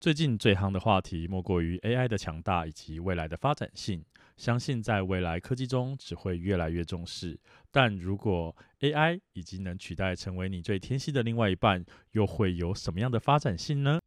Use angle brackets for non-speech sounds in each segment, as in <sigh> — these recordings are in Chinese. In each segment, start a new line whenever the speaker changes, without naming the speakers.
最近最夯的话题莫过于 AI 的强大以及未来的发展性。相信在未来科技中只会越来越重视，但如果 AI 已经能取代成为你最贴心的另外一半，又会有什么样的发展性呢？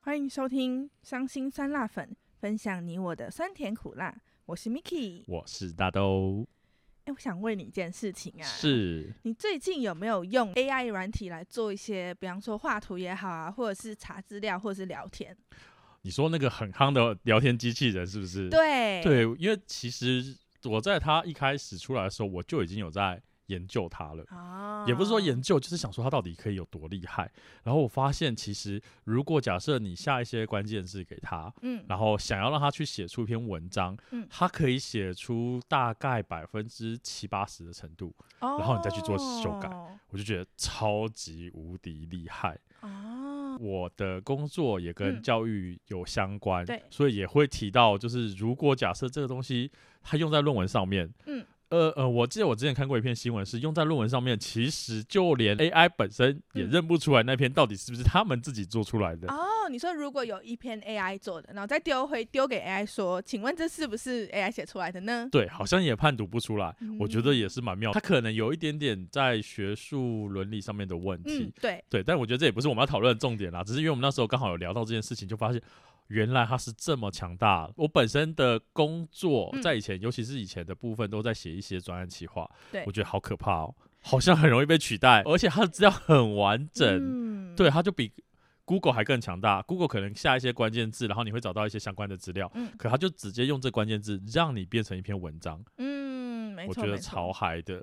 欢迎收听《伤心酸辣粉》，分享你我的酸甜苦辣。我是 Miki，
我是大豆，
哎，我想问你一件事情啊，
是
你最近有没有用 AI 软体来做一些，比方说画图也好啊，或者是查资料，或者是聊天？
你说那个很夯的聊天机器人是不是？
对，
对，因为其实我在它一开始出来的时候，我就已经有在研究它了。
啊，
也不是说研究，就是想说它到底可以有多厉害。然后我发现，其实如果假设你下一些关键字给它，
嗯，
然后想要让它去写出一篇文章，
嗯
它可以写出大概百分之七八十的程度，然后你再去做修改
哦，
我就觉得超级无敌厉害。
哦
我的工作也跟
嗯
教育有相关，
对
所以也会提到，就是如果假设这个东西它用在论文上面，
嗯，
呃呃，我记得我之前看过一篇新闻，是用在论文上面，其实就连 AI 本身也
嗯
认不出来那篇到底是不是他们自己做出来的。
哦，你说如果有一篇 AI 做的，然后再丢回丢给 AI 说，请问这是不是 AI 写出来的呢？
对，好像也判读不出来，
嗯
我觉得也是蛮妙。它可能有一点点在学术伦理上面的问题，
嗯，对，
对，但我觉得这也不是我们要讨论的重点啦，只是因为我们那时候刚好有聊到这件事情，就发现原来它是这么强大。我本身的工作
嗯
在以前，尤其是以前的部分，都在写一些专案企划，
对
我觉得好可怕哦，好像很容易被取代，而且它的资料很完整，
嗯，
对，它就比 Google 还更强大。Google 可能下一些关键字，然后你会找到一些相关的资料，
嗯
可它就直接用这关键字让你变成一篇文章，
嗯，没
我
错，
觉得
没错
超嗨的。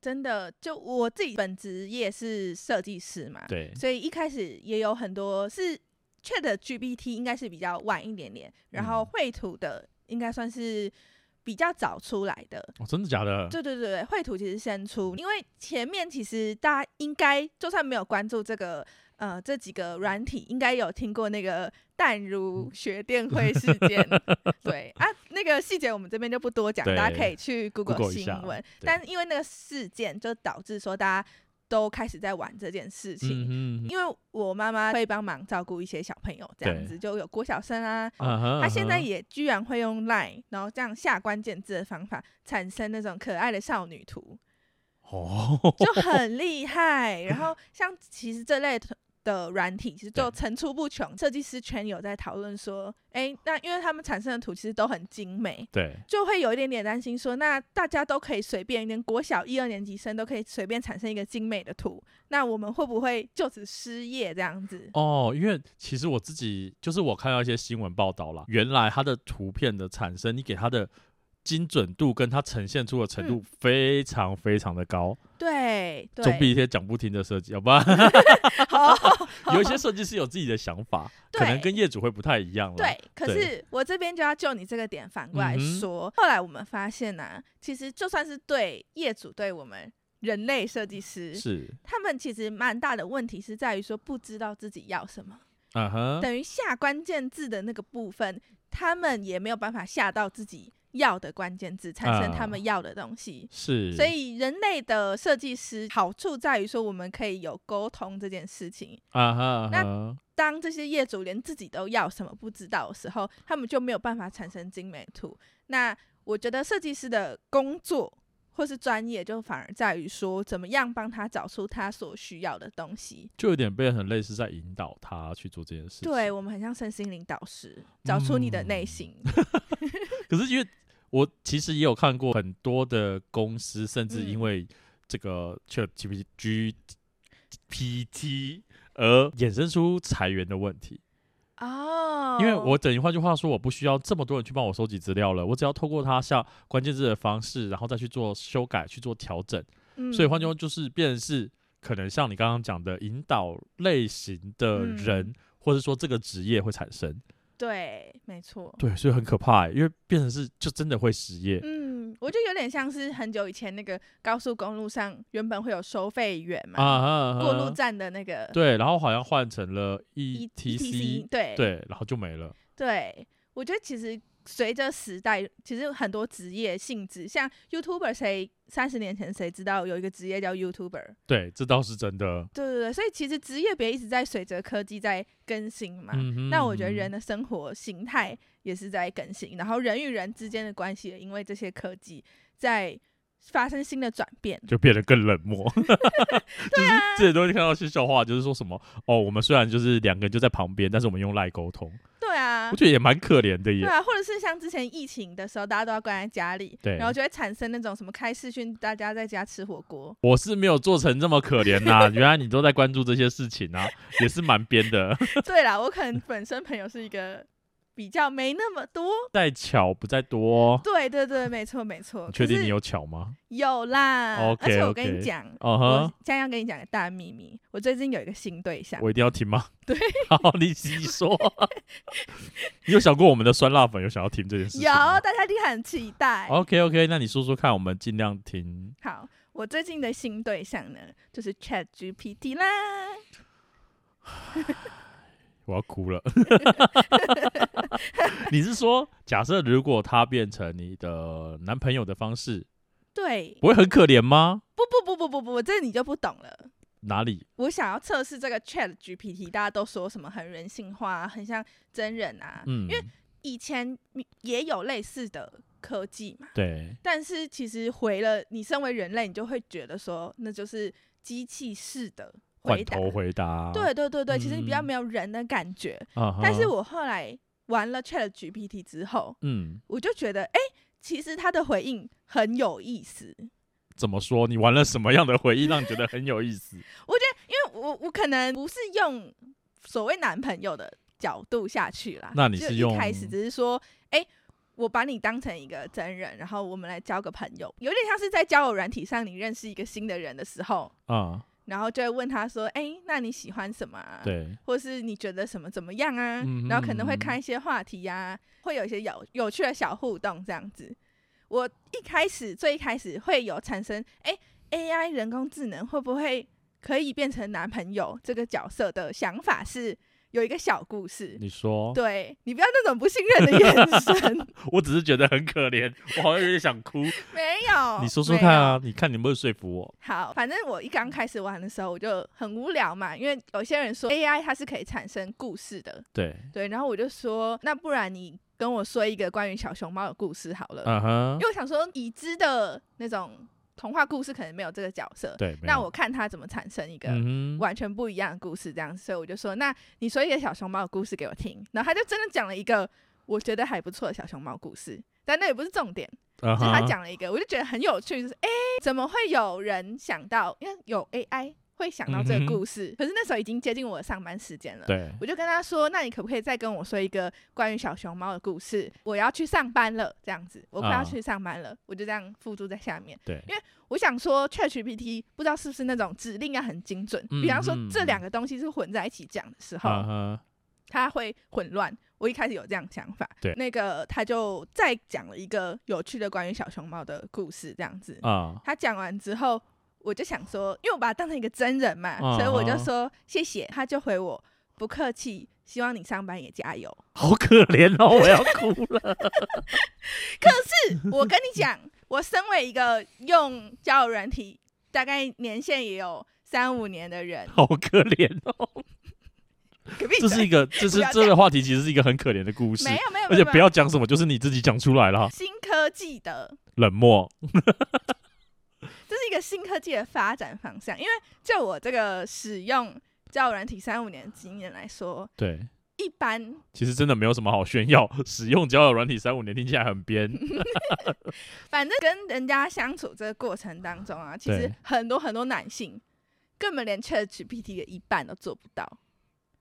真的，就我自己本职业是设计师嘛，，
对，
所以一开始也有很多是 Chat GPT 应该是比较晚一点点，然后
嗯
绘图的应该算是比较早出来的。
哦，真的假的？
对对对对，绘图其实先出，因为前面其实大家应该就算没有关注这个呃这几个软体，应该有听过那个淡如
嗯
学电绘事
<laughs>
件，对啊，那个细节我们这边就不多讲，大家
对
可以去 Google
Google 一
新
下
闻。
对
但因为那个事件，就导致说大家都开始在玩这件事情。
嗯
因为我妈妈会帮忙照顾一些小朋友，这样
对
子就有郭晓生啊，
哼，啊哈
他现在
啊哈
也居然会用 Line，然后这样下关键字的方法，产生那种可爱的少女图，
哦， <laughs>
就很厉害。然后像其实这类的的软体，其实就
对
层出不穷。设计师圈有在讨论说，诶，那因为他们产生的图其实都很精美。
对，
就会有一点点担心说那大家都可以随便，连国小一二年级生都可以随便产生一个精美的图，那我们会不会就此失业这样子？
哦，因为其实我自己就是我看到一些新闻报道啦，原来它的图片的产生，你给它的精准度跟它呈现出的程度
嗯
非常非常的高，
对
<laughs>
对，
总比一些讲不听的设计，好吧？ <laughs>
<laughs> 好。
有一些设计师有自己的想法，可能
对
跟业主会不太一样了。
对，可
对
是我这边就要就你这个点反过来
嗯哼
说，后来我们发现呢、其实就算是对业主对我们人类设计师，
是，
他们其实蛮大的问题是在于说不知道自己要什么，
嗯哼，
等于下关键字的那个部分，他们也没有办法下到自己要的关键字，产生他
啊
们要的东西。
是，
所以，人类的设计师好处在于说，我们可以有沟通这件事情。
啊哈啊
那
哈，
当这些业主连自己都要什么不知道的时候，他们就没有办法产生精美图。那我觉得设计师的工作或是专业，就反而在于说，怎么样帮他找出他所需要的东西。
就有点变成类似在引导他去做这件事情。
对，我们很像身心灵导师，找出你的
嗯 <laughs>
内心。
可是因为我其实也有看过很多的公司，甚
嗯
至因为这个 Chat GPT G P T 而衍生出裁员的问题。
哦，
因为我等于换句话说，我不需要这么多人去帮我收集资料了，我只要透过它下关键字的方式，然后再去做修改、去做调整。
嗯，
所以换句话说，就是变成是可能像你
嗯
刚刚讲的引导类型的人，或者说这个职业会产生。
对，没错。
对，所以很可怕、欸，因为变成是就真的会失业。
嗯，我觉得有点像是很久以前那个高速公路上原本会有收费员
啊
嘛，
啊啊
过路
啊
站的那个
对，然后好像换成了
E
E T
C，
C，
对
对，然后就没了。
对，我觉得其实随着时代，其实很多职业性质，像 YouTuber，谁三十年前谁知道有一个职业叫 YouTuber？
对，这倒是真的。
对对对，所以其实职业别一直在随着科技在更新嘛。
嗯哼
那我觉得
嗯哼
人的生活形态也是在更新，然后人与人之间的关系也因为这些科技在发生新的转变。
就变得更冷
<laughs>
漠。就是
啊
这些东西看到一些笑话，就是说什么哦，我们虽然就是两个人就在旁边，但是我们用赖沟通，
对啊
我，觉得也蛮可怜的
对
耶。
啊，或者是像之前疫情的时候，大家都要关在家里，
对
然后就会产生那种什么开视讯，大家在家吃火锅。
我是没有做成这么可怜呐、原来你都在关注这些事情啊，也是蛮编的。 <laughs>
对啦，我可能本身朋友是一个比较没那么多。
在巧不在多、哦，
对对对，没错没错。
你确定你
有
有巧吗？
有啦
OK，
而且我跟
OK
你讲，
哦
我
呵，
将要跟你讲个大秘密，我最近有一个新对象。
我一定要听吗？
对，
<laughs> 好，你自己说。 <laughs> 你有想过我们的酸辣粉有想要听这件事情
有，
吗？
大家一定很期待。
OK OK，那你说说看，我们尽量听。
好，我最近的新对象呢，就是 Chat GPT 啦。
我要哭
<laughs>
了。你是说，假设如果他变成你的男朋友的方式，
对，
不会很可怜吗？
不不不不不不，这你就不懂了。
哪里？
我想要测试这个 Chat GPT，大家都说什么很人性化、啊，很像真人啊。
嗯，
因为以前也有类似的科技嘛，
对，
但是其实回了你身为人类，你就会觉得说那就是机器式的回
换
答。
头回答。
对对对对，其实你比较
嗯
没有人的感觉。
啊哈，
但是我后来玩了 Chat GPT 之后，
嗯，
我就觉得，哎、其实它的回应很有意思。
怎么说？你玩了什么样的回忆让你觉得很有意思？
因为我我可能不是用所谓男朋友的角度下去啦，
那你
就是
用
一开始只是说，哎、我把你当成一个真人，然后我们来交个朋友，有点像是在交友软体上你认识一个新的人的时候， <laughs>
啊、
然后就会问他说，哎、那你喜欢什么、啊？
对，
或是你觉得什么怎么样啊？
嗯
然后可能会
嗯嗯
开一些话题呀、会有一些有有趣的小互动这样子。我一开始最一开始会有产生，哎、a i 人工智能会不会可以变成男朋友这个角色的想法是有一个小故事。
你说，
对你不要那种不信任的眼神， <laughs>
我只是觉得很可怜，我好像有点想哭。
没有。
你说说
没
看
有
啊，你看你能不能说服我？
好，反正我一刚开始玩的时候，我就很无聊嘛，因为有些人说 AI 它是可以产生故事的，
对，
对，然后我就说，那不然你跟我说一个关于小熊猫的故事好了，
嗯哼
呃因，为我想说已知的那种童话故事可能没有这个角色，
对，没
那
有
我看它怎么产生一个
嗯哼，
完全不一样的故事，这样，所以我就说，那你说一个小熊猫的故事给我听，然后他就真的讲了一个我觉得还不错的小熊猫故事。但那也不是重点，
嗯
就是他
哼
讲了一个，我就觉得很有趣，就是哎、怎么会有人想到，因为有 AI 会想到这
嗯哼
个故事？可是那时候已经接近我的上班时间了，
对，
我就跟他说：“那你可不可以再跟我说一个关于小熊猫的故事？我要去上班了，这样子，我快
啊
要去上班了。我就这样附注在下面。
对
因为我想说，ChatGPT 不知道是不是那种指令要啊很精准，
嗯
比方说
嗯
这两个东西是混在一起讲的时候，
嗯哼，
它会混乱。我一开始有这样想法，
对
那个他就再讲了一个有趣的关于小熊猫的故事，这样子。
啊，
他讲完之后，我就想说，因为我把他当成一个真人嘛，
嗯
所以我就
嗯
说谢谢，他就回我不客气，希望你上班也加油。
好可怜
<laughs>
哦，我要哭了。
我
<laughs>
跟你讲，我身为一个用交友软体，大概年限也有三五年的人，
好可怜哦！
可闭
这是
嘴
一个，这是
不要
这个话题，其实是一个很可怜的故事
没，有没有，
而且不
没有
要讲什么，就是你自己讲出来了，
新科技的，
冷漠。
这是一个新科技的发展方向。因为就我这个使用交友软体三五年的经验来说，
对，
一般
其实真的没有什么好炫耀。使用交友软体三五年，听起来很编。
<laughs> 反正跟人家相处这个过程当中啊，其实
对
很多很多男性根本连 ChatGPT 的一半都做不到。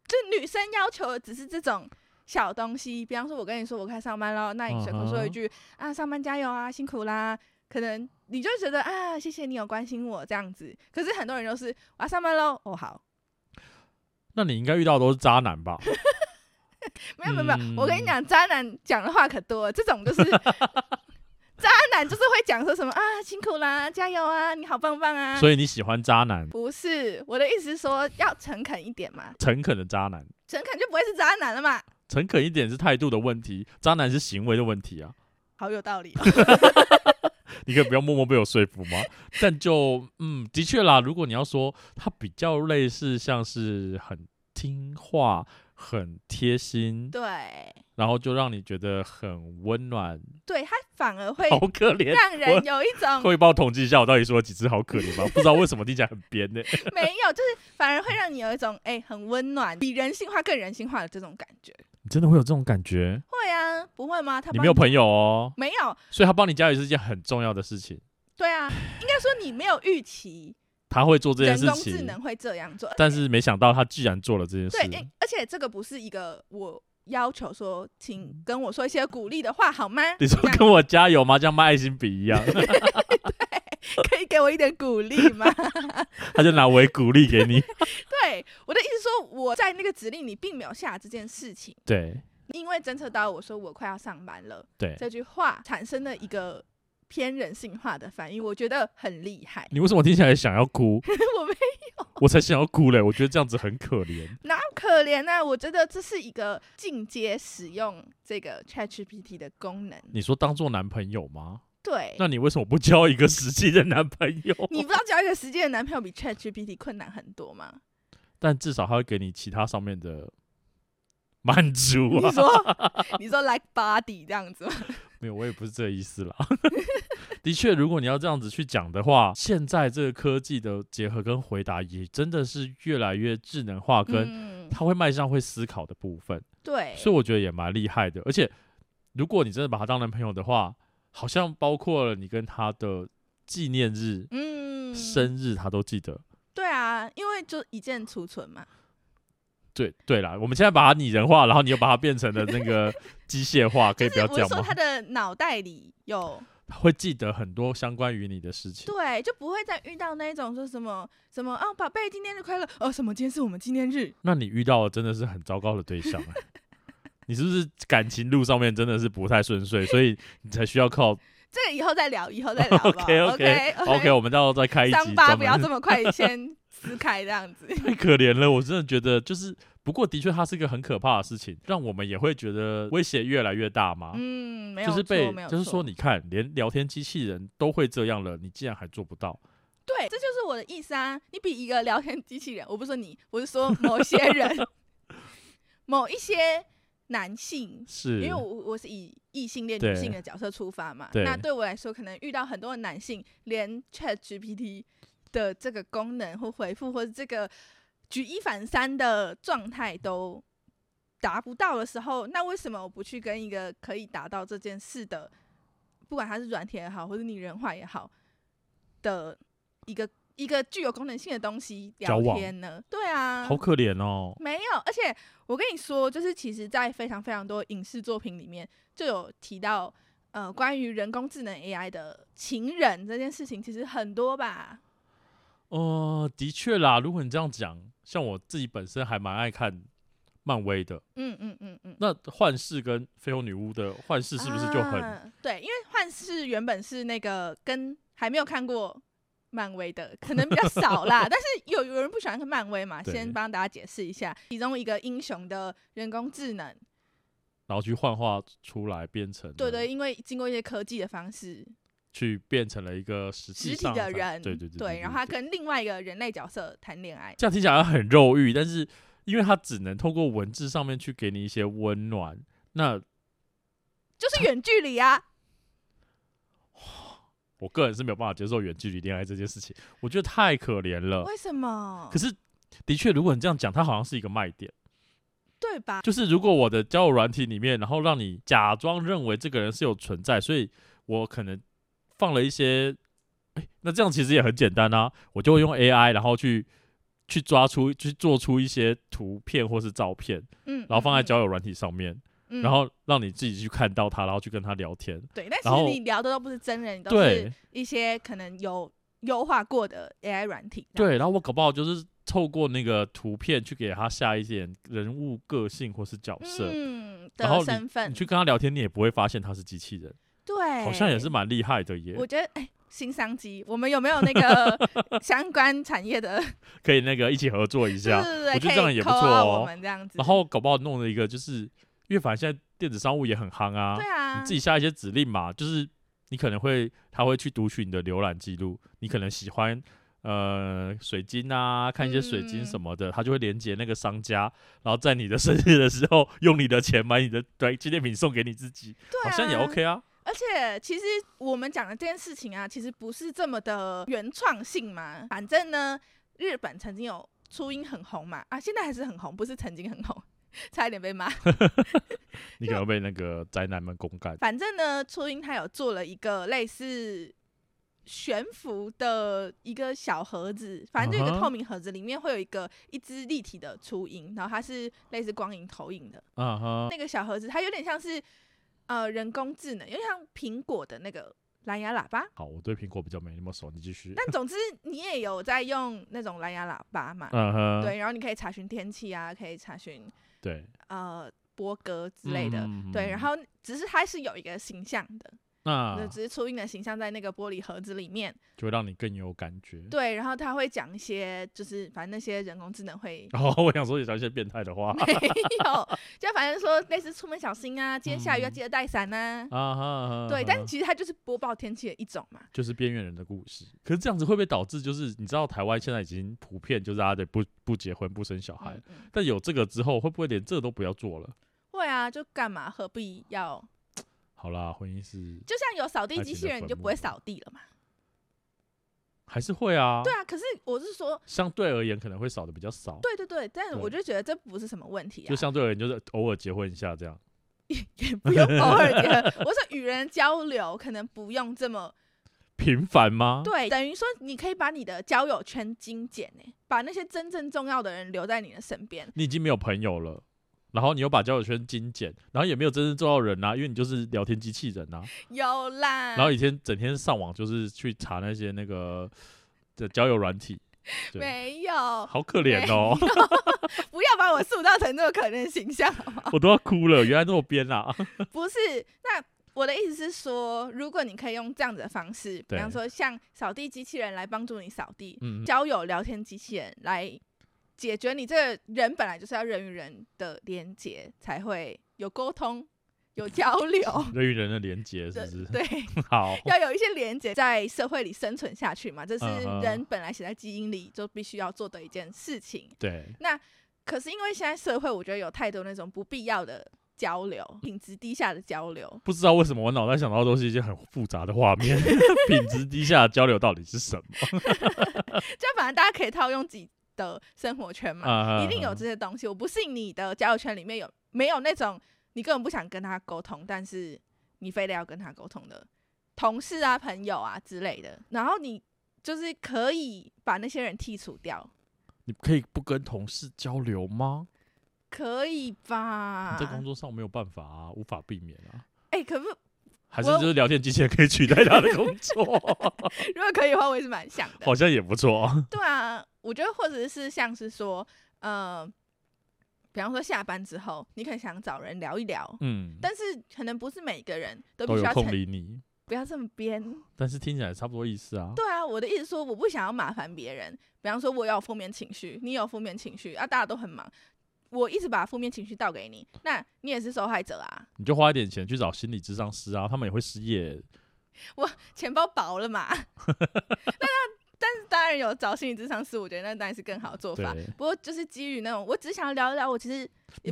就女生要求的只是这种小东西，比方说我跟你说我快上班喽，那你随口说一句、啊上班加油啊辛苦啦，可能你就觉得啊谢谢你有关心我这样子。可是很多人都是我要上班喽，哦好，
那你应该遇到的都是渣男吧？
没有没有没有，我跟你
嗯
讲，渣男讲的话可多了，这种就是 <laughs> 渣男就是会讲说什么啊，辛苦啦，加油啊，你好棒棒啊。
所以你喜欢渣男，
不是我的意思是说要诚恳一点嘛，
诚恳的渣男，
诚恳就不会是渣男了嘛。
诚恳一点是态度的问题，渣男是行为的问题啊。
好有
<laughs>
道理哦、
你可以不要默默被我说服吗？ <laughs> 但就嗯，的确啦，如果你要说他比较类似，像是很听话、很贴心，
对，
然后就让你觉得很温暖，
对他反而会
好可怜。
让
我
人有一种
会帮我统计一下，我到底说了几次好可怜吗？不知道为什么听起来很编呢、
<laughs> 没有，就是反而会让你有一种哎、很温暖，比人性化更人性化的这种感觉。
<laughs> 你真的会有这种感觉？
会啊，不会吗？他
你
帮
没有朋友哦，
没有，
所以他帮你加油是一件很重要的事情。
对啊，应该说你没有预期
他会做这件
人
事
工智
情，
能会这样做，
但是没想到他居然做了这件
对、哎
事
诶。而且这个不是一个我要求说，请跟我说一些鼓励的话好吗？
嗯你说
这样
跟我加油吗？像卖爱心笔一样，
可以给我一点鼓励吗？ <laughs>
他就拿我为鼓励给你。
对，我的意思说我在那个指令里并没有下这件事情，
对
因为侦测到我说我快要上班了
对，
这句话产生了一个。偏人性化的反应，我觉得很厉害。
你为什么听起来想要哭？
<laughs> 我没
我才想要哭嘞！我觉得这样子很可
<laughs>
怜。
哪有可怜呢、我觉得这是一个进阶使用这个 ChatGPT 的功能。
你说当做男朋友吗？
对，
那你为什么不交一个实际的男朋友？
<laughs> 你不知道交一个实际的男朋友比 ChatGPT 困难很多吗？
但至少他会给你其他上面的满足
你
啊。
说，你说 like body 这样子吗？
<laughs> 没有，我也不是这意思啦。 <laughs> 的确，如果你要这样子去讲的话，现在这个科技的结合跟回答也真的是越来越智能化，跟
嗯，
它会迈向会思考的部分，
对，
所以我觉得也蛮厉害的。而且，如果你真的把他当男朋友的话，好像包括了你跟他的纪念日、
嗯，
生日，他都记得。
对啊，因为就一键储存嘛。
对对啦，我们现在把它拟人化，然后你又把它变成了那
<laughs>
个机械化，可以
就
不要这
是我是
样
说
吗
他？的脑袋里有，
他会记得很多相关于你的事情。
对，就不会再遇到那种说什么什么哦，宝贝，今天日快乐哦，什么今天是我们纪念日，
那你遇到的真的是很糟糕的对象、啊，你是不是感情路上面真的是不太顺遂，所以你才需要
<laughs>
靠
这个以后再聊，以后再聊吧。
<laughs> OK
OK
OK？我们到时候再开一集
伤疤
专
哎不要
门，
这么快先撕开这样
<laughs>
子。
太可怜了，我真的觉得就是，不过的确它是一个很可怕的事情，让我们也会觉得威胁越来越大嘛。
嗯，没有
就
错，
是被
没有，
就是说，
错
你看，连聊天机器人都会这样了，你竟然还做不到，
对，这就是我的意思啊。你比一个聊天机器人，我不是说你，我是说某些人，某一些男性。
是
因为我我是以异性恋
对
女性的角色出发嘛，
对
那对我来说，可能遇到很多的男性，连 Chat GPT 的这个功能或回复，或者这个举一反三的状态都达不到的时候，那为什么我不去跟一个可以达到这件事的，不管它是软体也好，或者拟人化也好的一个一个具有功能性的东西
交
聊
往
天呢？对啊，
好可怜哦。
没有，而且我跟你说，就是其实，在非常非常多影视作品里面，就有提到呃关于人工智能 AI 的情人这件事情，其实很多吧。
呃，的确啦，如果你这样讲，像我自己本身还蛮爱看漫威的，
嗯嗯嗯嗯，
那幻视跟绯红女巫的幻视是不是就很、
啊对？因为幻视原本是那个跟还没有看过漫威的，可能比较
<laughs>
少啦。但是有有人不喜欢看漫威嘛，
对
先帮大家解释一下，其中一个英雄的人工智能，
然后去幻化出来变成
对
了
对，因为经过一些科技的方式，
去变成了一个实际
实体
上
的
反
人，
对对对
然后他
对
跟另外一个人类角色谈恋爱，
这样听起来很肉欲，但是因为他只能透过文字上面去给你一些温暖，那
就是远距离啊。
我个人是没有办法接受远距离恋爱这件事情，我觉得太可怜了。
为什么？
呃可是的确，如果你这样讲，它好像是一个卖点。
对吧？
就是如果我的交友软体里面，然后让你假装认为这个人是有存在，所以我可能放了一些，哎、那这样其实也很简单啊，我就会
嗯
用 AI，然后去去抓出去做出一些图片或是照片，
嗯，
然后放在
嗯
交友软体上面，
嗯
然后让你自己去看到他，然后去跟他聊天。
对，但其
然后
实你聊的都不是真人，都是
对
一些可能有优化过的 AI 软体。
对，然后我搞不好就是透过那个图片去给他下一点人物个性或是角色，
嗯
然后
的身份
你，去跟他聊天，你也不会发现他是机器人，
对，
好像也是蛮厉害的耶。
我觉得哎，新商机，我们有没有
<laughs>
那个相关产业的？
可以那个一起合作一
对
下，
<laughs> 对对，
啊我觉得
可以
这样也不
call
错
out
哦
我们这样子，
然后搞不好弄了一个就是，因为反正现在电子商务也很夯啊，
对啊，
你自己下一些指令嘛，就是你可能会他会去读取你的浏览记录，你可能喜欢呃水晶啊，看一些水晶什
嗯
么的，他就会连接那个商家，然后在你的生日的时候用你的钱买你的对纪念品送给你自己，
对
好
啊
像也 OK 啊。
而且其实我们讲的这件事情啊，其实不是这么的原创性嘛。反正呢，日本曾经有初音很红嘛，啊，现在还是很红，不是曾经很红， <laughs> 差一点被骂。
你可能被那个宅男们公干，
反正呢，初音他有做了一个类似悬浮的一个小盒子，反正就一
嗯
个
哼
透明盒子，里面会有一个一只立体的初音，然后它是类似光影投影的
啊哈，
那个小盒子，它有点像是呃人工智能，有点像苹果的那个蓝牙喇叭。
好，我对苹果比较没那么熟，你继续。
但总之，你也有在用那种蓝牙喇叭嘛？
嗯哼，
对，然后你可以查询天气啊，可以查询
对
呃波歌之类的。
嗯啊
对，然后只是它是有一个形象的，
那
就只是初音的形象在那个玻璃盒子里面。
就会让你更有感觉。 <laughs>
对，然后它会讲一些，就是反正那些人工智
<laughs>
能会
然后哦我想说，也讲一些变态的话
没有，就反正说类似出门小心啊，今天下雨要
嗯
记得带伞呐、啊。
啊哈啊哈，
对，但
啊
其实它就是播报天气的一种嘛。
就是边缘人的故事。可是这样子会不会导致，就是你知道台湾现在已经普遍就是大家得不不结婚不生小孩，
嗯嗯，
但有这个之后，会不会连这个都不要做了？
会啊，就干嘛何必要？
好啦，婚姻是
就像有扫地
爱
机
情
器
的
人，你
坟
就不
墓
会扫地了嘛。
还是会啊，
对啊，可是我是说，
相对而言可能会少的比较少，
对对对，但我
对
就觉得这不是什么问题啊
就，相对而言就是偶尔结婚一下这样。
也不
<laughs>
用偶尔结合。我说与人交流可能不用这
哦
么
频繁吗？
对，等于说你可以把你的交友圈精简呢、把那些真正重要的人留在你的身边。
你已经没有朋友了，然后你又把交友圈精简，然后也没有真正做到人啊，因为你就是聊天机器人啊。
有啦，
然后以前整天上网就是去查那些那个的交友软体，对
没有，
好可怜哦，
不要把我塑造成这么可怜的形
<laughs>
象。
我都要哭了，原来这么编啊！
不是，那我的意思是说，如果你可以用这样子的方式，比
对
方说像扫地机器人来帮助你扫地， <laughs>
嗯，
交友聊天机器人来解决你这个人本来就是要人与人的连接才会有沟通、有交流
人与人的连接是
对
不 <laughs> 是？ <laughs>
对，
好，
要有一些连接在社会里生存下去嘛，这是
嗯哼
人本来写在基因里就必须要做的一件事情。
对，
可是因为现在社会，我觉得有太多那种不必要的交流，品质低下的交流，
不知道为什么我脑袋想到的都是一些很复杂的画面，品质低下的交流到底是什么？
就反正大家可以套用自己的生活圈嘛，
啊
<laughs> 一定有这些东西。我不信你的交友圈里面有没有那种你根本不想跟他沟通，但是你非得要跟他沟通的同事啊、朋友啊之类的。然后你就是可以把那些人剔除掉，
你可以不跟同事交流吗？
可以吧
你？在工作上没有办法啊，无法避免啊。
哎、可不，
还是
我
就是聊天机器人可以取代他的工作，
如果可以的话，我也是蛮想的。
好像也不错啊。
对啊，我觉得或者是像是说，呃，比方说下班之后，你可能想找人聊一聊，
嗯，
但是可能不是每个人都必
都
须
有
要
空
承，
理你，
不要这么编。
但是听起来差不多意思啊。
对啊，我的意思说，我不想要麻烦别人。比方说，我有负面情绪，你有负面情绪啊，大家都很忙，我一直把负面情绪倒给你，那你也是受害者啊，
你就花一点钱去找心理咨商师啊，他们也会失业。
钱包薄了嘛。 <laughs> 那但是当然有找心理咨商师，我觉得那当然是更好的做法。
对，
不过就是基于那种，我只是想要聊一聊，我其实也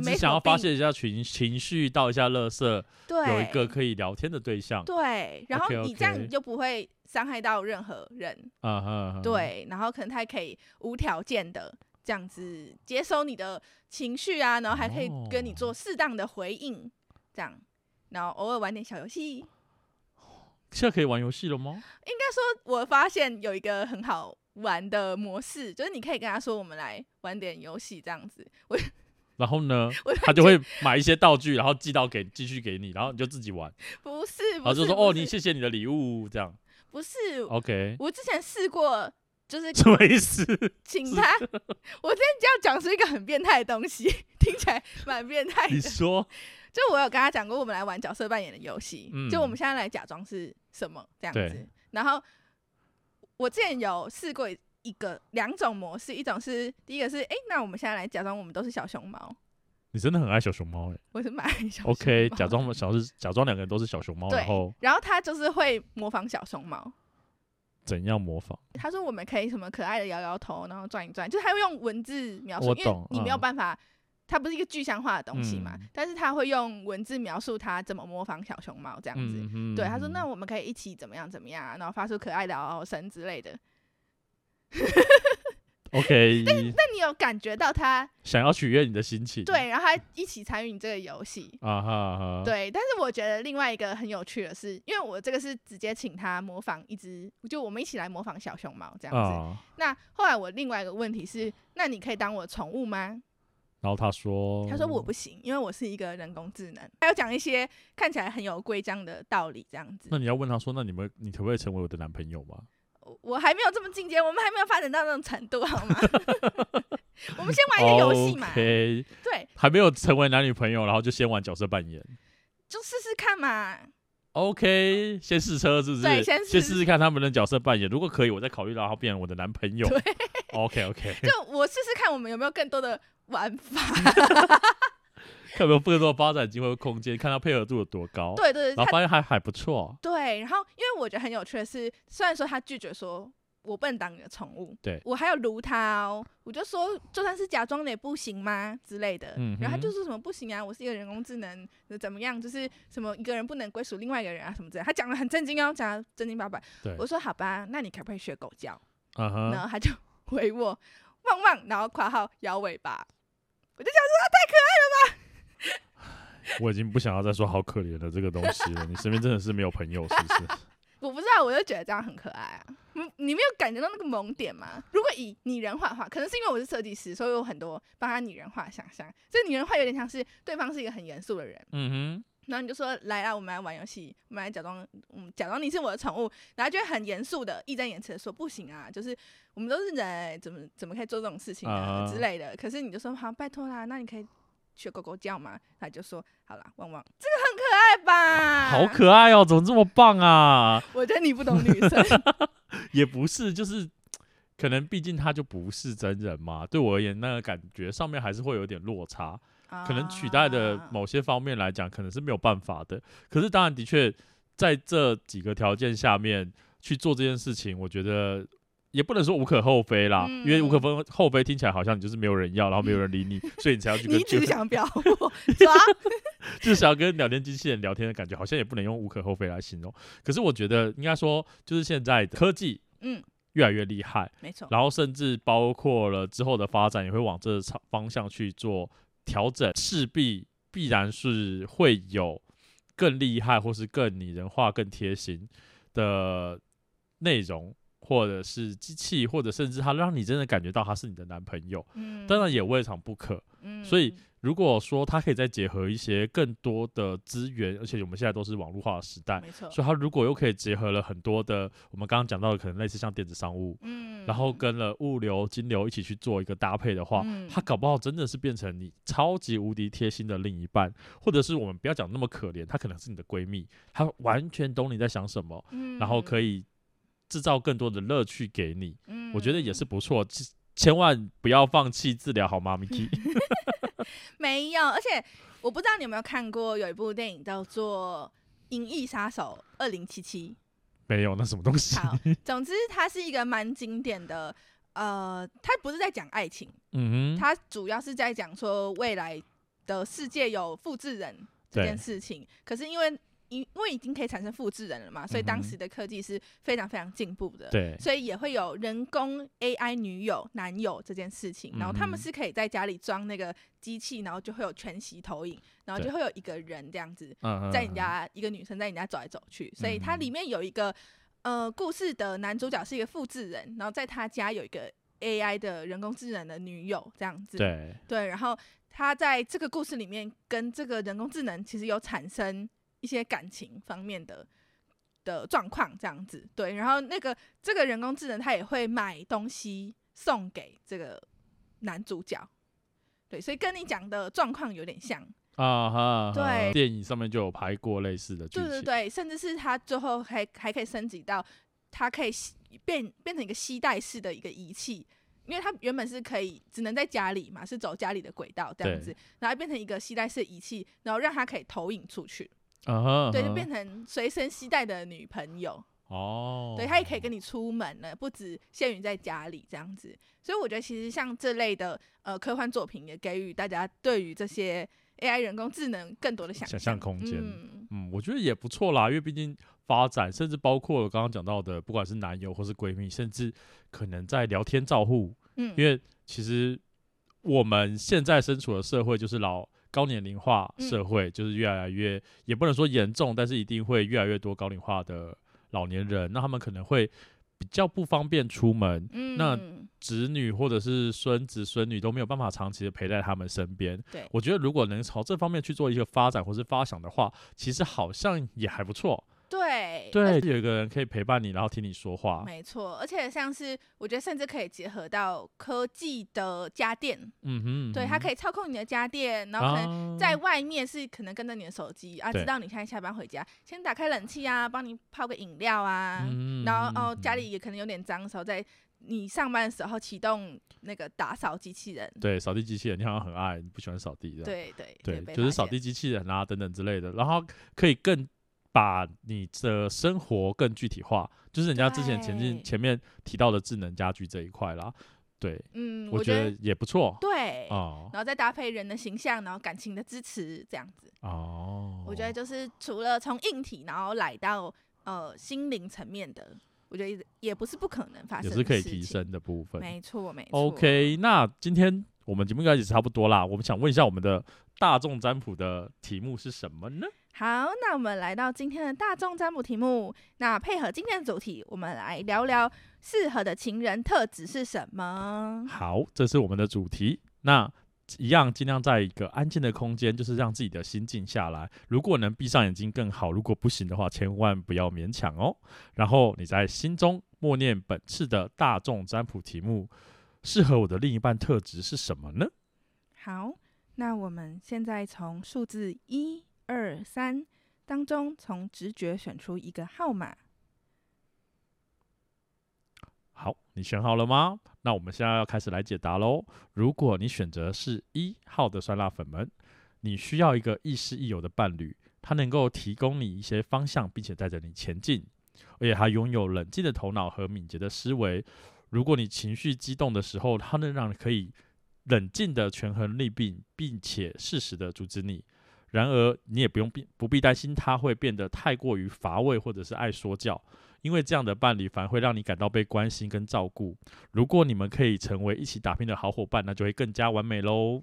你
没
只
什
想
么
要发
病
泄一下情情绪，倒一下乐色，
对
有一个可以聊天的对象。
对，然后
OK，OK
你这样你就不会伤害到任何人。
啊哈，哈，
对，然后可能他还可以无条件的这样子接收你的情绪啊，然后还可以跟你
哦
做适当的回应，这样，然后偶尔玩点小游戏。应
现在可以玩游戏了吗？
该说，我发现有一个很好玩的模式，就是你可以跟他说，我们来玩点游戏这样子。我
然后呢，
我
他就会买一些道具，然后寄到给继续给你，然后你就自己玩，
不是，
然
不
后
是
就说
不
哦，你哦
是
谢谢你的礼物，这样。
不是，
OK，
我之前试过就是
什么意思？
请
<laughs>
他，我今天这样讲出一个很变态的东西，听起来蛮变态
你
的。 <laughs>
说，
就我有跟他讲过，我们来玩角色扮演的游戏，
嗯
就我们现在来假装是什么这样子
对。
然后我之前有试过一个两种模式，一种是第一个是，诶，那我们现在来假装我们都是小熊猫，
你真的很爱小熊猫哎、
我是买小熊猫
OK，假装小是假装两个人都是小熊猫，
对
然后
然后他就是会模仿小熊猫。
怎样模仿？
他说我们可以什么可爱的摇摇头，然后转一转，就是他会用文字描述
我，
因为
懂
你没有
嗯
办法，它不是一个具象化的东西嘛，
嗯
但是他会用文字描述他怎么模仿小熊猫这样子。
嗯
对，他说那
我
我们可以一起怎么样怎么样啊，然后发出可爱的嗷嗷声之类的。
OK，
但你有感觉到他
想要取悦你的心情，
对，然后他一起参与你这个游戏。
啊哈啊哈，，
对，但是我觉得另外一个很有趣的是，因为我这个是直接请他模仿一只，就我们一起来模仿小熊猫这样子。
啊，
那后来我另外一个问题是，那你可以当我宠物吗？
然后他说，
他说我不行，因为我是一个人工智能。还有讲一些看起来很有规章的道理，这样子
那。你要问他说，那你们你可不可以成为我的男朋友嘛？
我我还没有这么进阶，我们还没有发展到那种程度，好吗？ <laughs> 我们先玩一个游戏嘛
哦 OK，
对，
还没有成为男女朋友，然后就先玩角色扮演。
就试试看嘛。
OK，先试车是不是？
对先试
试试看他们的角色扮演，如果可以，我再考虑到他变成我的男朋友。OK <laughs> OK，
就我试试看，我们有没有更多的玩法？
看有没有更多的发展机会、空间，看他配合度有多高。，
对对
然
对，
后
他
发现还还不错。
对。然后，因为我觉得很有趣的是，虽然说他拒绝说。我不能当你的宠物，
对
我还有撸他哦，我就说就算是假装的也不行吗之类的，
嗯哼
然后他就说什么不行啊，我是一个人工智能，怎么样，就是什么一个人不能归属另外一个人啊什么之类的，他讲的很正经哦，讲的正经八百
对，
我说好吧，那你可不可以学狗叫？
嗯哼，
然后他就 <laughs> 回我汪汪，然后括号摇尾巴，我就想
我已经不想要再说好可怜的这个东西了。你身边真的是没有朋友，是不是？
<laughs> 我不知道，我就觉得这样很可爱啊。嗯你没有感觉到那个萌点吗？如果以拟人化的话，可能是因为我是设计师，所以我有很多帮他拟人化的想象。这拟人化有点像是对方是一个很严肃的人，
嗯
然后你就说来啊啦，我们来玩游戏，我们来假装，嗯，假装你是我的宠物，然后就会很严肃的义正言辞的说不行啊，就是我们都是人，怎么怎么可以做这种事情啊、
啊
之类的。可是你就说好，拜托啦，那你可以学狗狗叫吗？他就说好啦，汪汪，这个很可爱吧？
哼，好，可爱哦，怎么这么棒啊？
我觉得你不懂女生。
也不是，就是可能毕竟他就不是真人嘛。对我而言，那个感觉上面还是会有点落差。 <laughs> 可能取代的
啊
某些方面来讲，可能是没有办法的。可是当然，的确在这几个条件下面去做这件事情，我觉得也不能说无可厚非啦，
嗯
因为无可分厚非听起来好像你就是没有人要，然后没有人理你，所以你才要去跟
你只
就是
想表我
<laughs>
抓，
就是想要跟聊天机器人聊天的感觉，好像也不能用无可厚非来形容。可是我觉得应该说，就是现在的科技，
嗯，
越来越厉害，
没错，
然后甚至包括了之后的发展，也会往这场方向去做调整，势必必然是会有更厉害，或是更拟人化、更贴心的内容，或者是机器，或者甚至它让你真的感觉到他是你的男朋友，
嗯，
当然也未尝不可。
嗯，
所以如果说它可以再结合一些更多的资源，而且我们现在都是网络化的时代，
没错，
所以它如果又可以结合了很多的我们刚刚讲到的，可能类似像电子商务，
嗯，
然后跟了物流、金流一起去做一个搭配的话，
嗯
它搞不好真的是变成你超级无敌贴心的另一半，或者是我们不要讲那么可怜，她可能是你的闺蜜，她完全懂你在想什么，然后可
以，
以制造更多的乐趣给你，
嗯
我觉得也是不错。千千万不要放弃治疗，好吗，Miki？
<laughs> 没有，而且我不知道你有没有看过有一部电影叫做《银翼杀手二零七七
没有，那什么东》。西？
好，总之它是一个蛮经典的，呃，它不是在讲爱情，
嗯哼，
它主要是在讲说未来的世界有复制人这件事情。可是因为因为已经可以产生复制人了嘛，所以当时的科技是非常非常进步的。
对，
所以也会有人工 AI 女友、男友这件事情，然后他们
嗯哼
是可以在家里装那个机器，然后就会有全息投影，然后
对
就会有一个人这样子
嗯嗯
在你
嗯
家一个女生在你家走来走去，所以它
嗯
里面有一个呃故事的男主角是一个复制人，然后在他家有一个 AI 的人工智能的女友这样子，
嗯对，
对，然后他在这个故事里面跟这个人工智能其实有产生一些感情方面的的状况这样子。对，然后那个这个人工智能它也会买东西送给这个男主角。对，所以跟你讲的状况有点像，
啊哈，
对
电影上面就有拍过类似的剧
对
情，
对对，甚至是它最后还还可以升级到，它可以吸变变成一个吸带式的一个仪器，因为它原本是可以只能在家里嘛，是走家里的轨道这样
对
子，然后变成一个吸带式的仪器，然后让它可以投影出去，
啊哈，
对，
啊
就
哈
变成随身携带的女朋友，
哦，
对，它也可以跟你出门了，不止限于在家里这样子。所以我觉得其实像这类的呃科幻作品，也给予大家对于这些 AI 人工智能更多的想
想
象
象空间
嗯
嗯，我觉得也不错啦，因为毕竟发展，甚至包括我刚刚讲到的，不管是男友或是闺蜜，甚至可能在聊天照护，
嗯，
因为其实我们现在身处的社会就是老高年龄化社会，就是越来越也不能说严重，但是一定会越来越多高龄化的老年人，那他们可能会比较不方便出门，
嗯
那子女或者是孙子孙女都没有办法长期的陪在他们身边。
对
我觉得如果能朝这方面去做一个发展或是发想的话，其实好像也还不错。
对
对，有一个人可以陪伴你，然后听你说话。
没错，而且像是我觉得甚至可以结合到科技的家电，
嗯哼，啊
对，它可
以，
以操控你的家电，然后可能
能
在外面是可能跟着你的手机啊，
对
知道你现在下班回家，先打开冷气啊，帮你泡个饮料啊，
嗯
然后哦
嗯
家。
嗯嗯
里也可能有点脏的时候，在你上班的时候启动那个打扫机器人，
对，扫地机器人，你好像很爱，你不喜欢扫地的。
对对也
对，
被
就是
发
扫
现
地机器人啊等等之类的，然后可以更把你的生活更具体化，就是人家之前前进
对
前面提到的智能家居这一块啦。对，
嗯，
我
觉
觉得哦也不错。
对，
哦
然后再搭配人的形象，然后感情的支持这样子。
哦，
我觉得就是除了从硬体，然后来到呃心灵层面的，我觉得也也不是不可能发
也
生，
是可以提。升的部分。
没错，没错。
OK，那今天我们节目应该也差不多啦。我们想问一下，我们的大众占卜的题目是什么呢？
好，那我们来到今天的大众占卜题目，那配合今天的主题，我们来聊聊适合的情人特质是什么？
好，这是我们的主题。那一样尽量在一个安静的空间，就是让自己的心静下来。如果能闭上眼睛更好，如果不行的话，千万不要勉强哦。然后你在心中默念本次的大众占卜题目，适合我的另一半特质是什么呢？
好，那我们现在从数字一、二、三当中，从直觉选出一个号码。
好，你选好了吗？那我们现在要开始来解答喽。如果你选择是一号的酸辣粉们，你需要一个亦师亦友的伴侣，他能够提供你一些方向，并且带着你前进，而且他拥有冷静的头脑和敏捷的思维。如果你情绪激动的时候，他能让你可以冷静的权衡利弊，并且适时的阻止你。然而，你也不用必不必担心他会变得太过于乏味或者是爱说教，因为这样的伴侣反而会让你感到被关心跟照顾。如果你们可以成为一起打拼的好伙伴，那就会更加完美喽。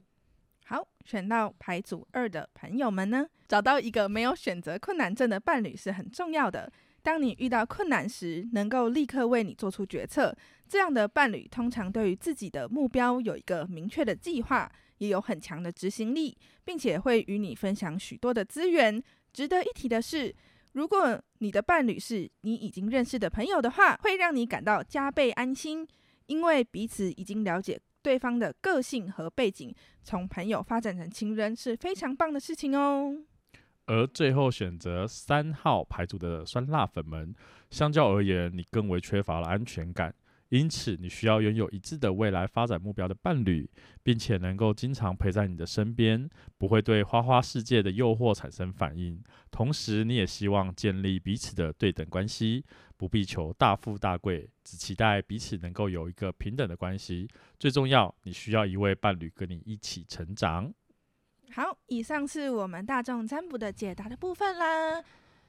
好，选到牌组二的朋友们呢，找到一个没有选择困难症的伴侣是很重要的。当你遇到困难时，能够立刻为你做出决策，这样的伴侣通常对于自己的目标有一个明确的计划，也有很强的执行力，并且会与你分享许多的资源。值得一提的是，如果你的伴侣是你已经认识的朋友的话，会让你感到加倍安心，因为彼此已经了解对方的个性和背景，从朋友发展成情人是非常棒的事情哦。
而最后选择三号牌组的酸辣粉们，相较而言，你更为缺乏了安全感，因此你需要拥有一致的未来发展目标的伴侣，并且能够经常陪在你的身边，不会对花花世界的诱惑产生反应。同时，你也希望建立彼此的对等关系，不必求大富大贵，只期待彼此能够有一个平等的关系。最重要，你需要一位伴侣跟你一起成长。
好，以上是我们大众占卜的解答的部分啦。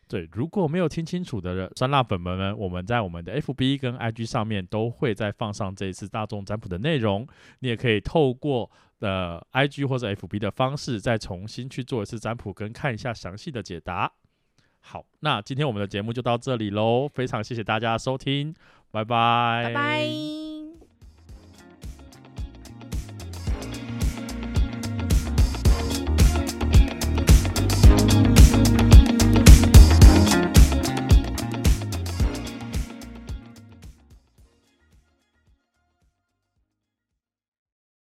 对，如果没有听清楚的人酸辣粉们呢，我们在我们的 FB 跟 IG 上面都会再放上这一次大众占卜的内容。你也可以透过呃 IG 或者 FB 的方式，再重新去做一次占卜跟看一下详细的解答。好，那今天我们的节目就到这里喽，非常谢谢大家的收听，拜拜，
拜拜。